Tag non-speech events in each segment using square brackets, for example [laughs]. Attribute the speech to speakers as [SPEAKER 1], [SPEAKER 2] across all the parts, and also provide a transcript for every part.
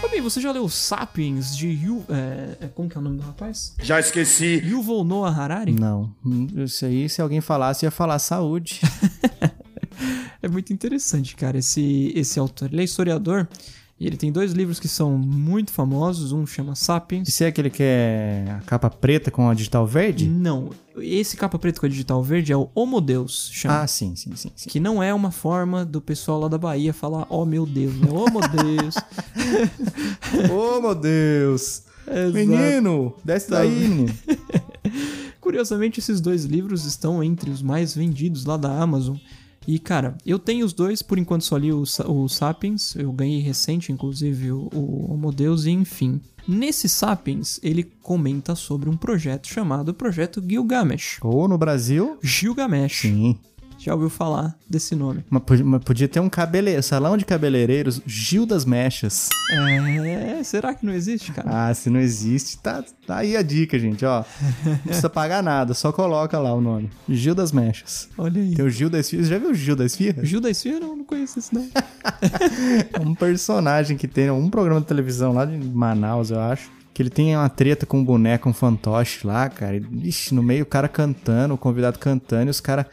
[SPEAKER 1] Fabi, você já leu Sapiens de Yu... é, é, como que é o nome do rapaz?
[SPEAKER 2] Já esqueci.
[SPEAKER 1] Yuval Noah Harari?
[SPEAKER 3] Não. Isso aí, se alguém falasse, ia falar saúde. [laughs]
[SPEAKER 1] É muito interessante, cara, esse, esse autor. Ele é historiador e ele tem dois livros que são muito famosos. Um chama Sapiens.
[SPEAKER 3] Isso é aquele que é a capa preta com a digital verde?
[SPEAKER 1] Não, esse capa preto com a digital verde é o Homo Deus, chama.
[SPEAKER 3] Ah, sim, sim, sim. sim.
[SPEAKER 1] Que não é uma forma do pessoal lá da Bahia falar, oh meu Deus, é Homo Deus.
[SPEAKER 3] Ô, meu Deus!
[SPEAKER 1] Exato.
[SPEAKER 3] Menino, desce daí, menino.
[SPEAKER 1] Curiosamente, esses dois livros estão entre os mais vendidos lá da Amazon. E, cara, eu tenho os dois, por enquanto só li o, Sa- o Sapiens, eu ganhei recente, inclusive, o, o Homo Deus, e enfim. Nesse Sapiens, ele comenta sobre um projeto chamado Projeto Gilgamesh.
[SPEAKER 3] Ou no Brasil?
[SPEAKER 1] Gilgamesh.
[SPEAKER 3] Sim.
[SPEAKER 1] Já ouviu falar desse nome?
[SPEAKER 3] Mas podia, mas podia ter um cabele... salão de cabeleireiros Gil das Mechas.
[SPEAKER 1] É, será que não existe, cara?
[SPEAKER 3] Ah, se não existe, tá, tá aí a dica, gente, ó. Não precisa pagar nada, só coloca lá o nome. Gil das Mechas.
[SPEAKER 1] Olha aí.
[SPEAKER 3] Tem o Gil da Esfirra. Você já viu o Gil da Esfirra?
[SPEAKER 1] Gil da Esfirra? Não, não conheço isso, não.
[SPEAKER 3] É um personagem que tem um programa de televisão lá de Manaus, eu acho. Que ele tem uma treta com um boneco, um fantoche lá, cara. E, Ixi, no meio o cara cantando, o convidado cantando, e os caras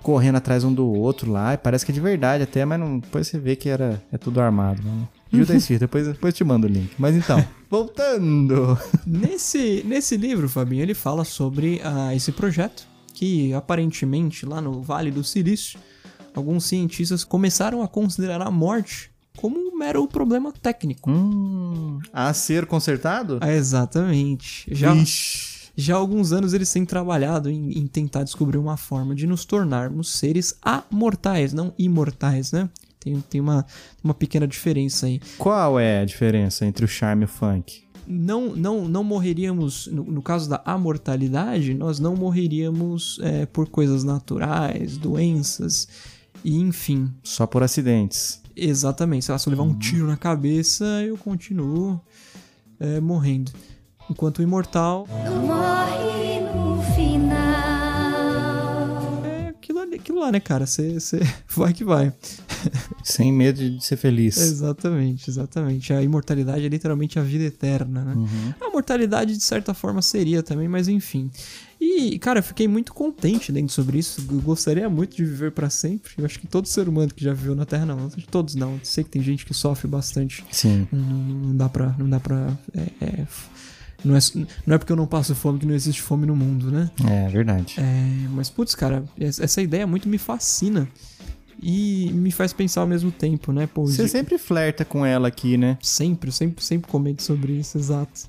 [SPEAKER 3] correndo atrás um do outro lá. E parece que é de verdade até, mas não, depois você vê que era, é tudo armado. Né? E o da Esfirra, depois, depois te mando o link. Mas então, voltando.
[SPEAKER 1] Nesse, nesse livro, Fabinho, ele fala sobre ah, esse projeto que aparentemente lá no Vale do Silício, alguns cientistas começaram a considerar a morte como um mero problema técnico.
[SPEAKER 3] Hum, a ser consertado?
[SPEAKER 1] Ah, exatamente. Já,
[SPEAKER 3] Hum. Ixi.
[SPEAKER 1] já há alguns anos eles têm trabalhado em, em tentar descobrir uma forma de nos tornarmos seres amortais, não imortais, né? Tem, tem uma, uma pequena diferença aí.
[SPEAKER 3] Qual é a diferença entre o charme e o funk?
[SPEAKER 1] não, não, não morreríamos, no, no caso da amortalidade, nós não morreríamos é, por coisas naturais, doenças, e enfim.
[SPEAKER 3] Só por acidentes.
[SPEAKER 1] Exatamente, sei lá, se eu levar um tiro na cabeça, eu continuo é, morrendo. Enquanto o imortal
[SPEAKER 4] Tu morre no final.
[SPEAKER 1] é aquilo, ali- aquilo lá, né, cara? Você você- [laughs] vai que vai.
[SPEAKER 3] Sem medo de ser feliz.
[SPEAKER 1] Exatamente, exatamente. A imortalidade é literalmente a vida eterna, né? A mortalidade, de certa forma, seria também, mas enfim. E, cara, eu fiquei muito contente lendo sobre isso. Eu gostaria muito de viver pra sempre. Eu acho que todo ser humano que já viveu na Terra, não. Todos não. Eu sei que tem gente que sofre bastante.
[SPEAKER 3] Sim.
[SPEAKER 1] Não, não- não dá pra. Não dá pra. é, é, f- não, é, não é porque eu não passo fome que não existe fome no mundo, né?
[SPEAKER 3] É verdade.
[SPEAKER 1] É, mas, putz, cara, es- essa ideia muito me fascina. E me faz pensar ao mesmo tempo, né? Pô,
[SPEAKER 3] Você
[SPEAKER 1] de-
[SPEAKER 3] sempre flerta com ela aqui, né?
[SPEAKER 1] Sempre, sempre, sempre comento sobre isso, exato.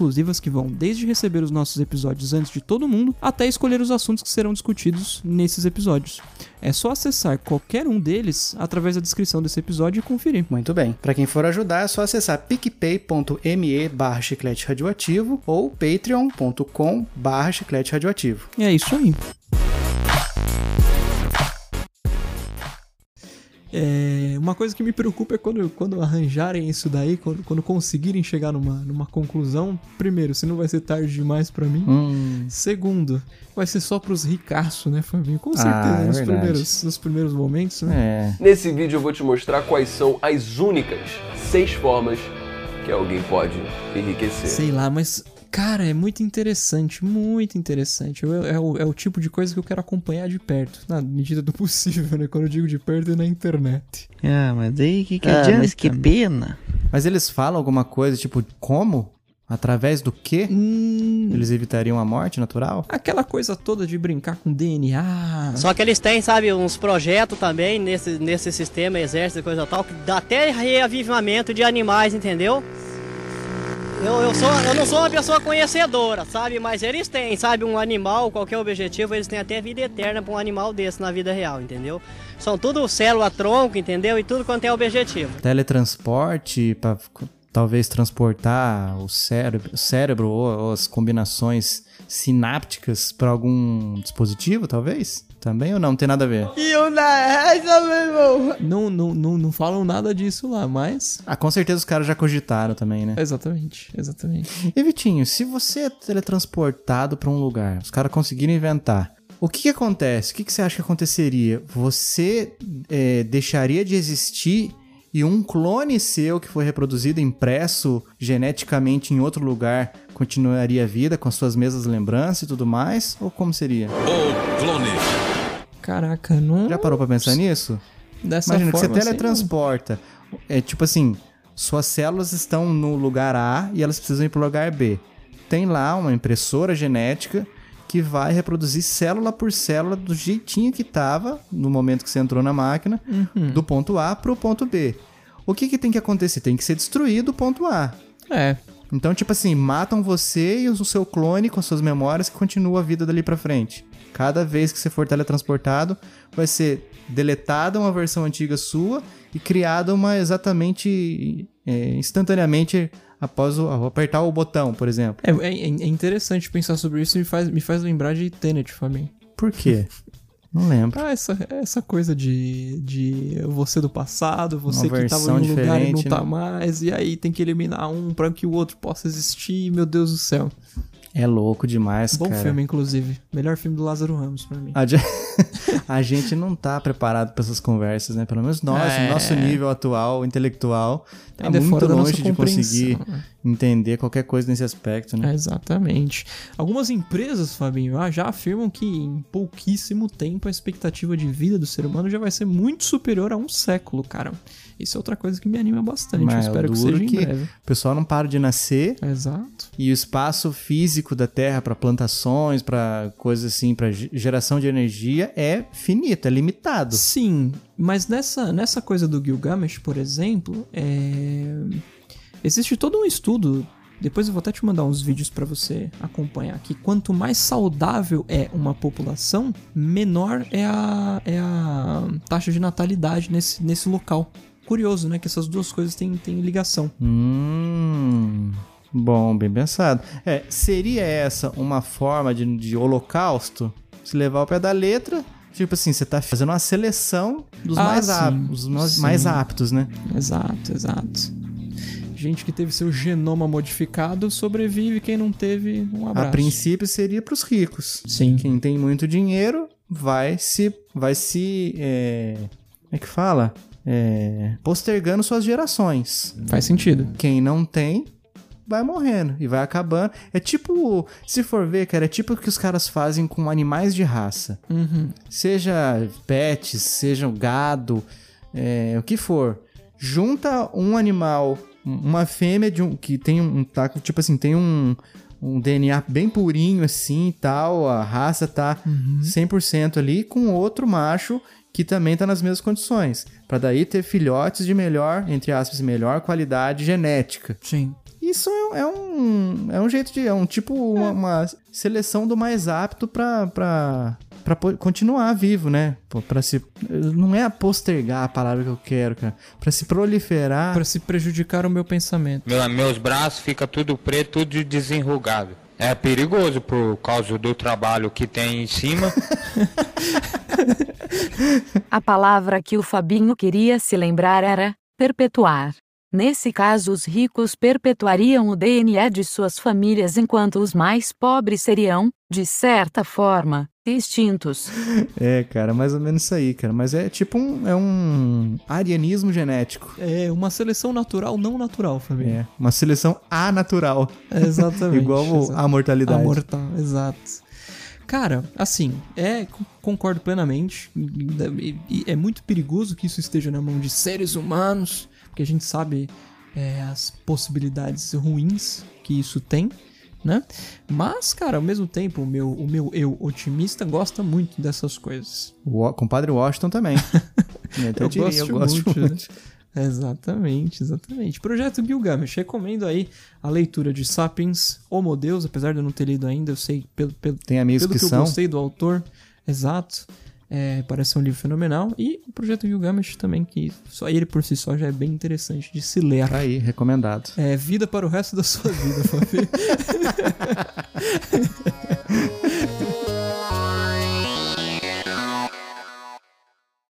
[SPEAKER 1] exclusivas que vão desde receber os nossos episódios antes de todo mundo, até escolher os assuntos que serão discutidos nesses episódios. É só acessar qualquer um deles através da descrição desse episódio e conferir.
[SPEAKER 3] Muito bem. Pra quem for ajudar, é só acessar picpay.me barra chiclete radioativo ou patreon.com barra chiclete radioativo.
[SPEAKER 1] E é isso aí. É, uma coisa que me preocupa é quando, quando arranjarem isso daí, quando, quando conseguirem chegar numa, numa conclusão. Primeiro, se não vai ser tarde demais pra mim.
[SPEAKER 3] Hum,
[SPEAKER 1] Segundo, vai ser só pros ricaços, né, Fabinho? Com certeza,
[SPEAKER 3] é
[SPEAKER 1] nos,
[SPEAKER 3] verdade.
[SPEAKER 1] primeiros, nos primeiros momentos, né?
[SPEAKER 3] É.
[SPEAKER 5] Nesse vídeo eu vou te mostrar quais são as únicas seis formas que alguém pode enriquecer.
[SPEAKER 1] Sei lá, mas, cara, é muito interessante, muito interessante. Eu- é, o, é o tipo de coisa que eu quero acompanhar de perto, na medida do [laughs] possível, né? Quando eu digo de perto, é na internet.
[SPEAKER 6] Ah, mas daí que, que
[SPEAKER 7] Ah,
[SPEAKER 6] adianta?
[SPEAKER 7] mas que pena.
[SPEAKER 3] Mas eles falam alguma coisa, tipo, como? Através do quê?
[SPEAKER 1] Hum,
[SPEAKER 3] Eles evitariam a morte natural?
[SPEAKER 1] aquela coisa toda de brincar com DNA.
[SPEAKER 7] Só que eles têm, sabe, uns projetos também nesse, nesse sistema, exército e coisa tal, que dá até reavivamento de animais, entendeu? Eu, eu, sou, eu não sou uma pessoa conhecedora, sabe? Mas eles têm, sabe? Um animal, qualquer objetivo, eles têm até vida eterna pra um animal desse na vida real, entendeu? São tudo célula tronco, entendeu? E tudo quanto é objetivo.
[SPEAKER 3] Teletransporte, pra c- talvez transportar o cérebro, o cérebro ou, ou as combinações sinápticas pra algum dispositivo, talvez? Também ou não? Não tem nada a ver.
[SPEAKER 2] E eu na essa, meu irmão.
[SPEAKER 1] Não, não, não, não falam nada disso lá, mas.
[SPEAKER 3] Ah, com certeza os caras já cogitaram também, né?
[SPEAKER 1] Exatamente, exatamente.
[SPEAKER 3] E Vitinho, se você é teletransportado pra um lugar, os caras conseguiram inventar. O que, que acontece? O que, que você acha que aconteceria? Você é, deixaria de existir e um clone seu que foi reproduzido, impresso geneticamente em outro lugar, continuaria a vida com as suas mesmas lembranças e tudo mais? Ou como seria?
[SPEAKER 1] Caraca, não.
[SPEAKER 3] Já parou pra pensar nisso?
[SPEAKER 1] Dessa
[SPEAKER 3] Imagina que você
[SPEAKER 1] forma, assim,
[SPEAKER 3] teletransporta. É tipo assim, suas células estão no lugar A e elas precisam ir pro lugar B. Tem lá uma impressora genética que vai reproduzir célula por célula do jeitinho que tava no momento que você entrou na máquina,
[SPEAKER 1] Uhum.
[SPEAKER 3] do ponto A pro ponto B. O que que tem que acontecer? Tem que ser destruído o ponto A.
[SPEAKER 1] não. É,
[SPEAKER 3] Então, tipo assim, matam você e o seu clone com as suas memórias que continua a vida dali pra frente. Cada vez que você for teletransportado, vai ser deletada uma versão antiga sua e criada uma exatamente é, instantaneamente após o, ao apertar o botão, por exemplo.
[SPEAKER 1] é, é- é interessante pensar sobre isso e me faz, me faz lembrar de Tenet, Fabinho.
[SPEAKER 3] Por quê? [laughs] Não lembro.
[SPEAKER 1] Ah, essa, essa coisa de, de você do passado, você
[SPEAKER 3] Uma
[SPEAKER 1] que tava
[SPEAKER 3] versão
[SPEAKER 1] em um lugar e não
[SPEAKER 3] diferente,
[SPEAKER 1] tá
[SPEAKER 3] né?
[SPEAKER 1] mais, e aí tem que eliminar um pra que o outro possa existir, meu Deus do céu.
[SPEAKER 3] É louco demais,
[SPEAKER 1] Bom
[SPEAKER 3] cara.
[SPEAKER 1] filme, inclusive. Melhor filme do Lázaro Ramos pra mim.
[SPEAKER 3] A, ge- [laughs] a gente não tá preparado pra essas conversas, né? Pelo menos nós,
[SPEAKER 1] É.
[SPEAKER 3] o nosso nível atual, intelectual, tá
[SPEAKER 1] Ainda é
[SPEAKER 3] muito
[SPEAKER 1] fora da nossa
[SPEAKER 3] longe de conseguir
[SPEAKER 1] compreensão, né?
[SPEAKER 3] entender qualquer coisa nesse aspecto, né?
[SPEAKER 1] Exatamente. Algumas empresas, Fabinho, ah, já afirmam que em pouquíssimo tempo a expectativa de vida do ser humano já vai ser muito superior a um século, cara. Isso é outra coisa que me anima bastante.
[SPEAKER 3] Mas é
[SPEAKER 1] Eu espero que
[SPEAKER 3] duro
[SPEAKER 1] seja
[SPEAKER 3] que-
[SPEAKER 1] em breve.
[SPEAKER 3] O pessoal não para de nascer
[SPEAKER 1] Exato.
[SPEAKER 3] e o espaço físico da Terra pra plantações, pra coisas assim, pra ge- geração de energia é finito, é limitado.
[SPEAKER 1] Sim, mas nessa, nessa coisa do Gilgamesh, por exemplo, é, existe todo um estudo. Depois eu vou até te mandar uns vídeos pra você acompanhar. Que quanto mais saudável é uma população, menor é a, é a taxa de natalidade nesse, nesse local. Curioso, né? Que essas duas coisas têm, têm ligação.
[SPEAKER 3] Hum. Bom, bem pensado. É, seria essa uma forma de, de holocausto? Se levar ao pé da letra, tipo assim, você tá fazendo uma seleção dos
[SPEAKER 1] Ah,
[SPEAKER 3] mais,
[SPEAKER 1] sim,
[SPEAKER 3] ap- os mais,
[SPEAKER 1] sim.
[SPEAKER 3] mais aptos, né?
[SPEAKER 1] Exato, exato. Gente que teve seu genoma modificado sobrevive, quem não teve, um abraço.
[SPEAKER 3] A princípio seria pros ricos.
[SPEAKER 1] Sim.
[SPEAKER 3] Quem tem muito dinheiro vai se. vai se. é, como é que fala? É, postergando suas gerações.
[SPEAKER 1] Faz sentido.
[SPEAKER 3] Quem não tem, vai morrendo e vai acabando. É tipo. Se for ver, cara, é tipo o que os caras fazem com animais de raça.
[SPEAKER 1] Uhum.
[SPEAKER 3] Seja pets, seja o gado, é, o que for. Junta um animal, um- uma fêmea de um que tem um taco, tipo assim, tem um, um DNA bem purinho assim e tal, a raça tá 100% ali, com outro macho que também tá nas mesmas condições. Pra daí ter filhotes de melhor, entre aspas, melhor qualidade genética.
[SPEAKER 1] Sim.
[SPEAKER 3] Isso é, é um é um jeito de é um tipo uma, uma seleção do mais apto pra pra para continuar vivo, né? Para se não é postergar a palavra que eu quero, cara. Pra se proliferar.
[SPEAKER 1] Pra se prejudicar o meu pensamento.
[SPEAKER 6] Meu- meus braços fica tudo preto, tudo desenrugado. É perigoso por causa do trabalho que tem em cima.
[SPEAKER 8] [laughs] A palavra que o Fabinho queria se lembrar era perpetuar. Nesse caso, os ricos perpetuariam o DNA de suas famílias enquanto os mais pobres seriam, de certa forma, extintos.
[SPEAKER 3] É, cara, mais ou menos isso aí, cara. Mas é tipo um é um arianismo genético.
[SPEAKER 1] É uma seleção natural, não natural, família.
[SPEAKER 3] É, uma seleção anatural,
[SPEAKER 1] [laughs] Exatamente.
[SPEAKER 3] É. igual o-
[SPEAKER 1] exato.
[SPEAKER 3] a mortalidade.
[SPEAKER 1] a mortal. Exato. Cara, assim, é co- concordo plenamente. E- e É muito perigoso que isso esteja na mão de seres humanos, porque a gente sabe é, as possibilidades ruins que isso tem, né? Mas, cara, ao mesmo tempo, o meu, o meu eu otimista gosta muito dessas coisas. [laughs]
[SPEAKER 3] O compadre Washington também. Então,
[SPEAKER 1] Eu
[SPEAKER 3] diria,
[SPEAKER 1] gosto
[SPEAKER 3] eu gosto
[SPEAKER 1] muito, né?
[SPEAKER 3] muito.
[SPEAKER 1] Exatamente, exatamente. Projeto Gilgamesh, recomendo aí a leitura de Sapiens, Homo Deus, apesar de eu não ter lido ainda, eu sei pelo, pelo,
[SPEAKER 3] Tem amigos
[SPEAKER 1] pelo
[SPEAKER 3] que
[SPEAKER 1] que, eu
[SPEAKER 3] são.
[SPEAKER 1] gostei do autor, exato. É, parece ser um livro fenomenal. E o Projeto Gilgamesh também, que só ele por si só já é bem interessante de se ler.
[SPEAKER 3] Tá aí, recomendado.
[SPEAKER 1] É [laughs] vida para o resto da sua vida, Fabi.